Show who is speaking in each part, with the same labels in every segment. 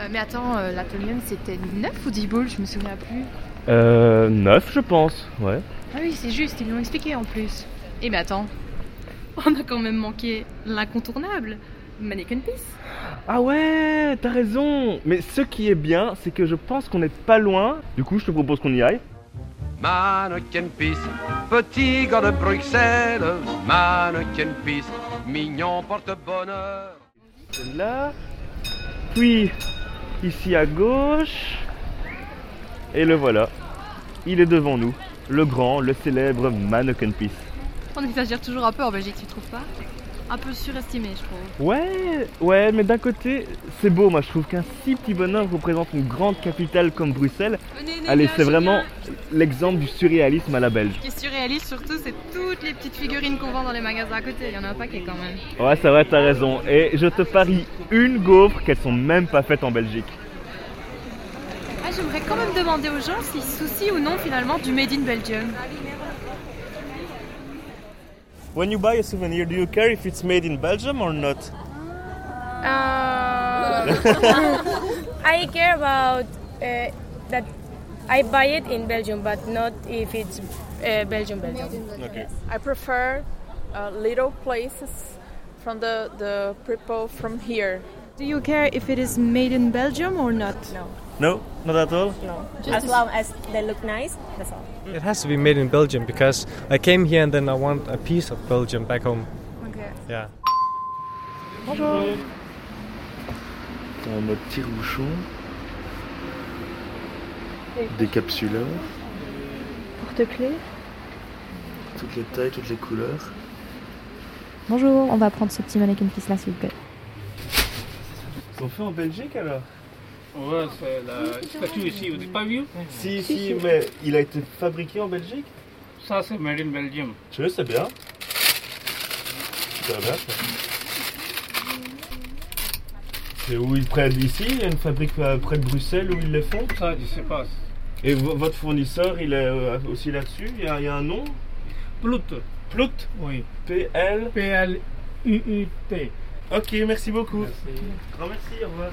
Speaker 1: Euh, mais attends, euh, l'Atonium c'était 9 ou 10 boules, je me souviens plus.
Speaker 2: Euh, 9 je pense, ouais.
Speaker 1: Ah oui, c'est juste, ils l'ont expliqué en plus. Et mais attends,
Speaker 3: On a quand même manqué l'incontournable, Mannequin Peace.
Speaker 2: Ah ouais, t'as raison. Mais ce qui est bien, c'est que je pense qu'on n'est pas loin. Du coup, je te propose qu'on y aille.
Speaker 4: Mannequin Pis, petit gars de Bruxelles, Mannequin Pis, mignon porte-bonheur.
Speaker 2: Là, puis ici à gauche. Et le voilà. Il est devant nous, le grand, le célèbre Mannequin Peace.
Speaker 3: On exagère toujours un peu en Belgique, tu trouves pas Un peu surestimé, je trouve.
Speaker 2: Ouais, ouais, mais d'un côté, c'est beau, moi je trouve qu'un si petit bonhomme représente une grande capitale comme Bruxelles. Allez, c'est vraiment l'exemple du surréalisme à la belge.
Speaker 3: Ce qui est surréaliste surtout, c'est toutes les petites figurines qu'on vend dans les magasins à côté. Il y en a un paquet quand même.
Speaker 2: Ouais, ça va, t'as raison. Et je te parie une gaufre qu'elles sont même pas faites en Belgique.
Speaker 3: Ah, j'aimerais quand même demander aux gens s'ils se soucient ou non finalement du Made in Belgium.
Speaker 5: When you buy a souvenir, do you care if it's made in Belgium or not?
Speaker 6: Uh, I care about uh, that I buy it in Belgium, but not if it's uh, Belgium, Belgium.
Speaker 5: Okay.
Speaker 7: I prefer uh, little places from the, the people from here.
Speaker 8: Do you care if it is made in Belgium or not? No.
Speaker 5: No, not at all.
Speaker 6: as long as they look nice, that's all.
Speaker 9: It has to be made in Belgium because I came here and then I want a piece of Belgium back home.
Speaker 8: Okay.
Speaker 9: Yeah.
Speaker 2: Bonjour. On a notre petit rouchon. Décapsuleur.
Speaker 8: Porte-clés.
Speaker 2: Toutes les tailles, toutes les couleurs.
Speaker 10: Bonjour, on va prendre ce petit mannequin fils là, s'il vous plaît.
Speaker 2: Ils sont faits en Belgique alors
Speaker 11: Ouais, c'est la uh, statue ici, vous n'avez pas vu
Speaker 2: Si, si, mais il a été fabriqué en Belgique
Speaker 11: Ça, c'est Made in Belgium.
Speaker 2: Je sais bien. Super bien. ça. C'est où ils prennent ici Il y a une fabrique euh, près de Bruxelles où ils les font
Speaker 11: Ça, je sais pas.
Speaker 2: Et vo- votre fournisseur, il est euh, aussi là-dessus il y, a, il y a un nom
Speaker 11: Plout,
Speaker 2: Plout
Speaker 11: oui.
Speaker 2: PL
Speaker 11: P-L-U-U-T.
Speaker 2: Ok, merci beaucoup.
Speaker 11: Merci.
Speaker 2: Grand merci, au revoir.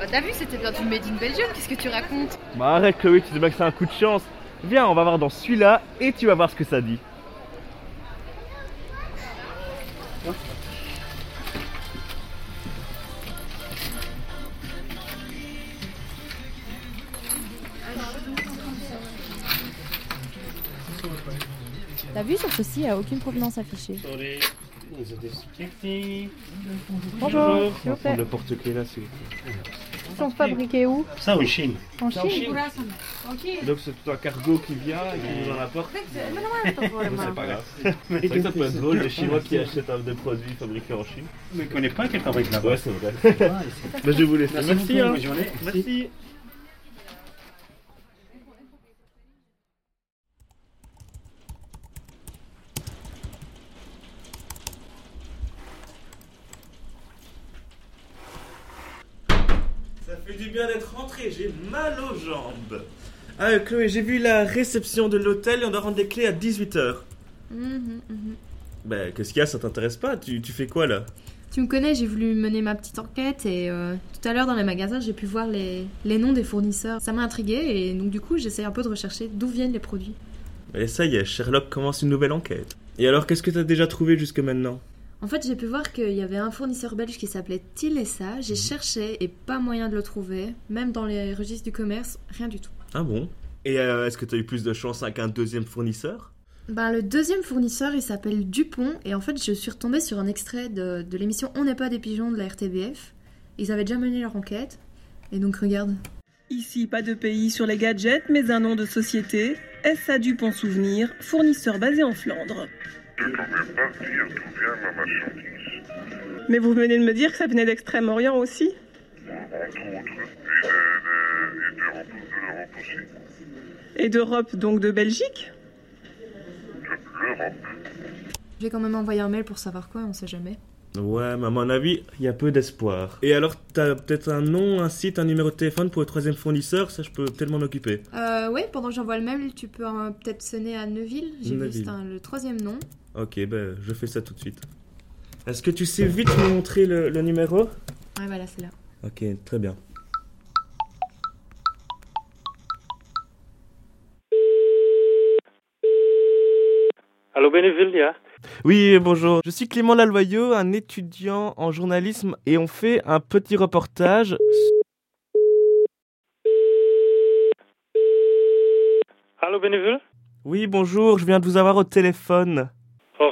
Speaker 3: Bah t'as vu, c'était bien du Made in Belgium, qu'est-ce que tu racontes
Speaker 2: Bah arrête Chloé, tu sais bien que c'est un coup de chance. Viens, on va voir dans celui-là et tu vas voir ce que ça dit.
Speaker 10: La vue sur ceci a aucune provenance affichée.
Speaker 8: Bonjour, s'il vous plaît.
Speaker 2: Le porte-clés là, c'est...
Speaker 8: Ils sont fabriqués où
Speaker 5: Ça en Chine.
Speaker 8: En Chine
Speaker 2: Donc c'est tout un cargo qui vient et qui nous en apporte. C'est pas grave. C'est vrai que ça peut être drôle, les Chinois qui achètent un- des produits fabriqués en Chine.
Speaker 5: Mais on connaît pas quelle fabrique là-bas.
Speaker 2: Ouais, c'est vrai. Bah, je vais vous laisser. hein.
Speaker 5: Merci beaucoup, bonne journée.
Speaker 2: Merci.
Speaker 5: Ça fait du bien d'être rentré, j'ai mal aux jambes. Ah, euh, Chloé, j'ai vu la réception de l'hôtel et on doit rendre les clés à 18h.
Speaker 12: Mhm,
Speaker 5: Bah, qu'est-ce qu'il y a Ça t'intéresse pas tu, tu fais quoi là
Speaker 12: Tu me connais, j'ai voulu mener ma petite enquête et euh, tout à l'heure dans les magasins j'ai pu voir les, les noms des fournisseurs. Ça m'a intrigué et donc du coup j'essaie un peu de rechercher d'où viennent les produits.
Speaker 5: Et Ben, ça y est, Sherlock commence une nouvelle enquête. Et alors, qu'est-ce que t'as déjà trouvé jusque maintenant
Speaker 12: En fait j'ai pu voir qu'il y avait un fournisseur belge qui s'appelait Tilessa, j'ai cherché et pas moyen de le trouver, même dans les registres du commerce, rien du tout.
Speaker 5: Ah bon Et euh, est-ce que t'as eu plus de chance avec un deuxième fournisseur
Speaker 12: Ben, le deuxième fournisseur il s'appelle Dupont et en fait je suis retombée sur un extrait de, de l'émission On n'est pas des pigeons de la RTBF. Ils avaient déjà mené leur enquête et donc regarde.
Speaker 13: Ici, pas de pays sur les gadgets, mais un nom de société. SA Dupont Souvenir, fournisseur basé en Flandre. Mais vous venez de me dire que ça venait d'Extrême-Orient aussi Et d'Europe, donc de Belgique
Speaker 12: Je vais quand même envoyer un mail pour savoir quoi, on sait jamais.
Speaker 5: Ouais, mais à mon avis, il y a peu d'espoir. Et alors, t'as peut-être un nom, un site, un numéro de téléphone pour le troisième fournisseur Ça, je peux tellement m'occuper.
Speaker 12: Euh, ouais, pendant que j'envoie le mail, tu peux hein, peut-être sonner à Neuville. J'ai vu,
Speaker 5: Neuville.
Speaker 12: c'est un- le troisième nom.
Speaker 5: Ok, ben, je fais ça tout de suite. Est-ce que tu sais vite me montrer le, le numéro
Speaker 12: Ouais, voilà, c'est là.
Speaker 2: Ok, très bien.
Speaker 14: Allô, Bénéville, yeah.
Speaker 2: Oui, bonjour. Je suis Clément Laloyeux, un étudiant en journalisme, et on fait un petit reportage.
Speaker 14: Allô, Bénéville
Speaker 2: Oui, bonjour, je viens de vous avoir au téléphone.
Speaker 14: Oh.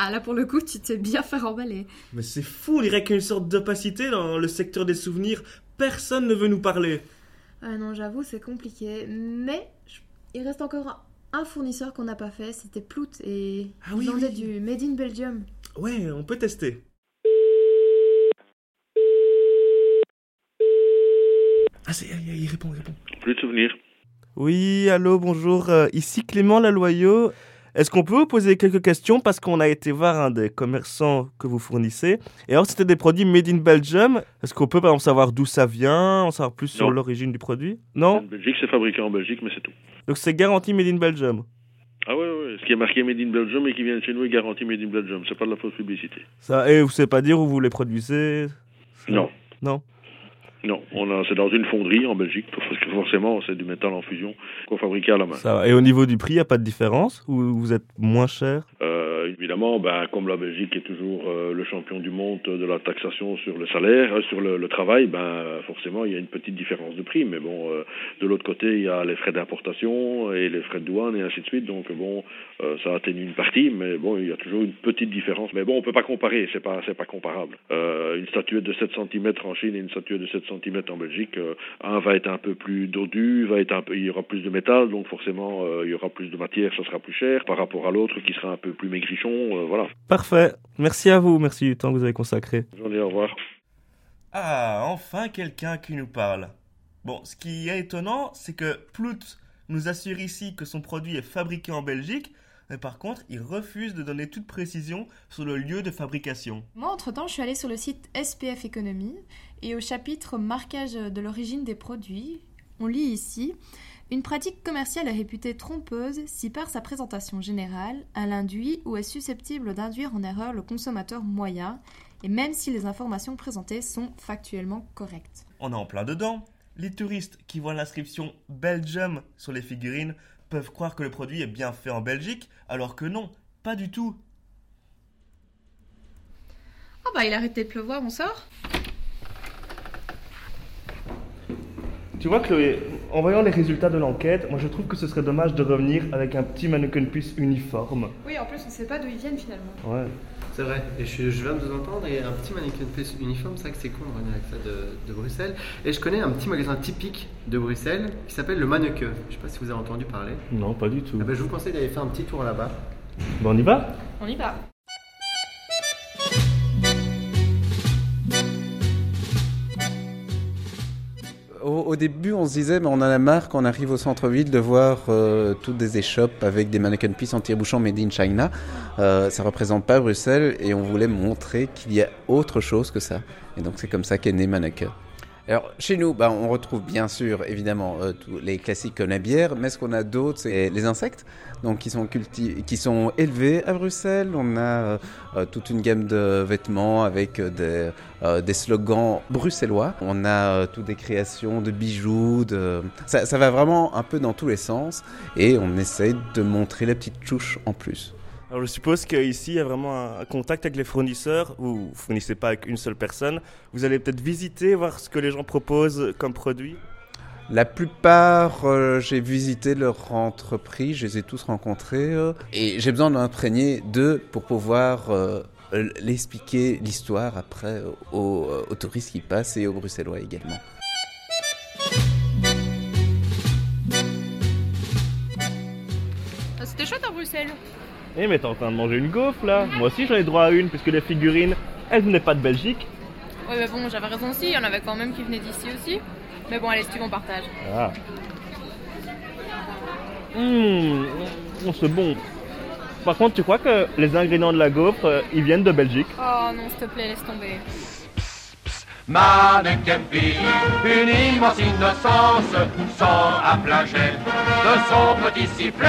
Speaker 12: Ah là, pour le coup, tu t'es bien fait emballer.
Speaker 2: Mais c'est fou, on dirait qu'il y a une sorte d'opacité dans le secteur des souvenirs. Personne ne veut nous parler.
Speaker 12: Ah non, j'avoue, c'est compliqué. Mais je- il reste encore un fournisseur qu'on n'a pas fait, c'était Plout et
Speaker 2: Ah oui,
Speaker 12: il vendait
Speaker 2: oui.
Speaker 12: du Made in Belgium.
Speaker 2: Ouais, on peut tester. Ah, c'est, il il répond, il répond.
Speaker 14: Plus de souvenirs.
Speaker 2: Oui, allô, bonjour. euh, ici Clément Laloyau. Est-ce qu'on peut vous poser quelques questions Parce qu'on a été voir un des commerçants que vous fournissez. Et alors, c'était des produits made in Belgium. Est-ce qu'on peut, par exemple, savoir d'où ça vient En savoir plus sur
Speaker 14: Non.
Speaker 2: l'origine du produit Non
Speaker 14: En Belgique, c'est fabriqué en Belgique, mais c'est tout.
Speaker 2: Donc, c'est garanti made in Belgium.
Speaker 14: Ah ouais, ouais, ce qui est marqué Made in Belgium et qui vient de chez nous est garanti Made in Belgium. C'est pas de la fausse publicité.
Speaker 2: Ça, et vous savez pas dire où vous les produisez
Speaker 14: Non.
Speaker 2: Non.
Speaker 14: Non, on a, c'est dans une fonderie en Belgique, parce que forcément, c'est du métal en fusion qu'on fabriquait à la main.
Speaker 2: Ça va. Et au niveau du prix, il n'y a pas de différence Ou vous êtes moins cher
Speaker 14: Euh, évidemment, ben, comme la Belgique est toujours euh, le champion du monde de la taxation sur le salaire, euh, sur le, le travail, ben, forcément, il y a une petite différence de prix. Mais bon, euh, de l'autre côté, il y a les frais d'importation et les frais de douane et ainsi de suite. Donc, bon, euh, ça atténue une partie, mais bon, il y a toujours une petite différence. Mais bon, on peut pas comparer, c'est pas, c'est pas comparable. Euh, une statuette de 7 cm en Chine et une statuette de 7 cm en Belgique, euh, un va être un peu plus dodu, va être un peu, il y aura plus de métal, donc forcément, euh, il y aura plus de matière, ça sera plus cher par rapport à l'autre qui sera un peu plus maigrichon, euh, voilà.
Speaker 2: Parfait. Merci à vous. Merci du temps que vous avez consacré.
Speaker 14: Bonjour, au revoir.
Speaker 2: Ah, enfin quelqu'un qui nous parle. Bon, ce qui est étonnant, c'est que Plout nous assure ici que son produit est fabriqué en Belgique, mais par contre, il refuse de donner toute précision sur le lieu de fabrication.
Speaker 15: Moi, entre-temps, je suis allée sur le site SPF Économie et au chapitre Marquage de l'origine des produits, on lit ici Une pratique commerciale est réputée trompeuse si, par sa présentation générale, elle induit ou est susceptible d'induire en erreur le consommateur moyen, et même si les informations présentées sont factuellement correctes.
Speaker 2: On est en plein dedans. Les touristes qui voient l'inscription Belgium sur les figurines peuvent croire que le produit est bien fait en Belgique, alors que non, pas du tout.
Speaker 3: Ah bah il arrêtait de pleuvoir, on sort
Speaker 16: Tu vois, Chloé,
Speaker 2: En voyant les résultats de l'enquête, moi je trouve que ce serait dommage de revenir avec un petit mannequin puce uniforme.
Speaker 3: Oui, en plus on sait pas d'où ils viennent finalement.
Speaker 2: Ouais.
Speaker 17: C'est vrai, et je, je viens de vous entendre, et un petit mannequin de plus uniforme, c'est vrai que c'est con de revenir avec ça de, de Bruxelles. Et je connais un petit magasin typique de Bruxelles qui s'appelle le Manneke. Je sais pas si vous avez entendu parler.
Speaker 2: Non, pas du tout.
Speaker 17: Ah ben, je vous conseille d'aller faire un petit tour là-bas.
Speaker 2: Eh Bon, on y va
Speaker 3: On y va.
Speaker 4: Au, au début, on se disait, mais on en a marre quand on arrive au centre-ville de voir euh, toutes des échoppes avec des mannequin pieces en tire-bouchon made in China. Euh, ça représente pas Bruxelles et on voulait montrer qu'il y a autre chose que ça. Et donc, c'est comme ça qu'est né Mannequin. Alors, chez nous, bah, on retrouve bien sûr, évidemment, euh, tous les classiques comme la bière, mais ce qu'on a d'autres, c'est les insectes, donc qui sont, culti- qui sont élevés à Bruxelles. On a euh, euh, toute une gamme de vêtements avec euh, des, euh, des slogans bruxellois. On a euh, toutes des créations de bijoux, de... Ça, ça va vraiment un peu dans tous les sens, et on essaye de montrer la petite touche en plus.
Speaker 2: Alors je suppose qu'ici, il y a vraiment un contact avec les fournisseurs. Vous ne fournissez pas avec une seule personne. Vous allez peut-être visiter, voir ce que les gens proposent comme produit.
Speaker 4: La plupart, euh, j'ai visité leur entreprise, je les ai tous rencontrés, euh, et j'ai besoin d'imprégner d'eux pour pouvoir euh, l- l'expliquer l'histoire après euh, aux, euh, aux touristes qui passent et aux Bruxellois également.
Speaker 3: Ah, C'était chouette à Bruxelles.
Speaker 16: Eh mais t'es en train de manger une gaufre là Moi aussi j'en ai droit à une puisque les figurines, elles venaient pas de Belgique.
Speaker 3: Ouais, mais bon, j'avais raison aussi, il y en avait quand même qui venaient d'ici aussi. Mais bon, allez, si tu veux, on partage.
Speaker 16: Ah. Hum, on se bon. Par contre, tu crois que les ingrédients de la gaufre, euh, ils viennent de Belgique
Speaker 3: Oh non, s'il te plaît, laisse tomber.
Speaker 18: Mannequin Pie, une immense innocence, sort à flagelle de son petit sifflet.